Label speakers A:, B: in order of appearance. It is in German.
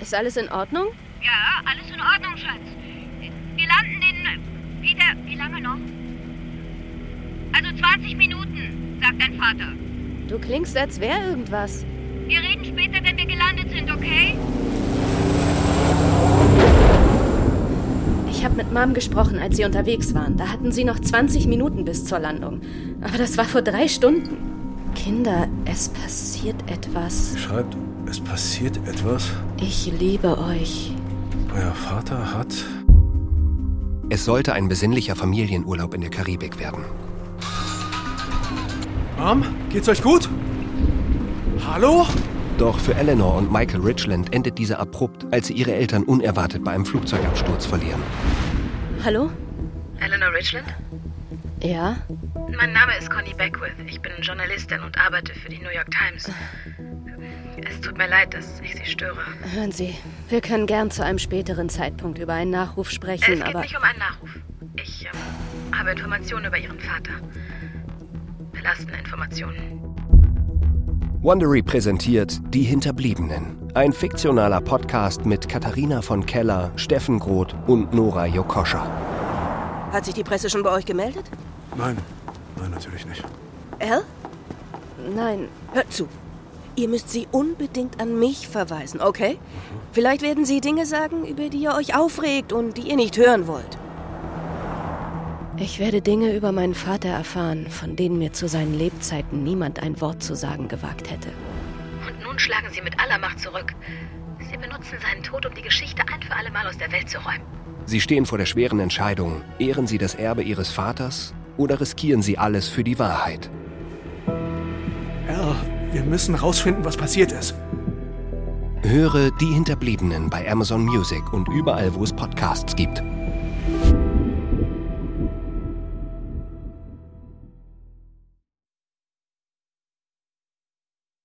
A: Ist alles in Ordnung?
B: Ja, alles in Ordnung, Schatz. Wir landen in. Wieder. Wie lange noch? Also 20 Minuten, sagt dein Vater.
A: Du klingst, als wäre irgendwas.
B: Wir reden später, wenn wir gelandet sind, okay?
A: Ich habe mit Mom gesprochen, als sie unterwegs waren. Da hatten sie noch 20 Minuten bis zur Landung. Aber das war vor drei Stunden. Kinder, es passiert etwas.
C: Schreibt, es passiert etwas.
A: Ich liebe euch.
C: Euer Vater hat.
D: Es sollte ein besinnlicher Familienurlaub in der Karibik werden.
C: Mom, geht's euch gut? Hallo?
D: Doch für Eleanor und Michael Richland endet dieser abrupt, als sie ihre Eltern unerwartet bei einem Flugzeugabsturz verlieren.
A: Hallo?
E: Eleanor Richland?
A: Ja?
E: Mein Name ist Connie Beckwith. Ich bin Journalistin und arbeite für die New York Times. Es tut mir leid, dass ich Sie störe.
A: Hören Sie, wir können gern zu einem späteren Zeitpunkt über einen Nachruf sprechen,
E: es geht
A: aber.
E: nicht um einen Nachruf. Ich ähm, habe Informationen über Ihren Vater. Belastende Informationen.
D: Wondery präsentiert Die Hinterbliebenen. Ein fiktionaler Podcast mit Katharina von Keller, Steffen Groth und Nora Jokoscha.
F: Hat sich die Presse schon bei euch gemeldet?
C: Nein, nein, natürlich nicht.
F: Al,
A: Nein,
F: hört zu. Ihr müsst sie unbedingt an mich verweisen, okay? Vielleicht werden sie Dinge sagen, über die ihr euch aufregt und die ihr nicht hören wollt.
A: ich werde Dinge über meinen Vater erfahren, von denen mir zu seinen Lebzeiten niemand ein Wort zu sagen gewagt hätte.
E: Und nun schlagen Sie mit aller Macht zurück. Sie benutzen seinen Tod, um die Geschichte ein für alle Mal aus der Welt zu räumen.
D: Sie stehen vor der schweren Entscheidung, ehren Sie das Erbe Ihres Vaters oder riskieren Sie alles für die Wahrheit?
C: Al, wir müssen rausfinden, was passiert ist.
D: Höre Die Hinterbliebenen bei Amazon Music und überall, wo es Podcasts gibt.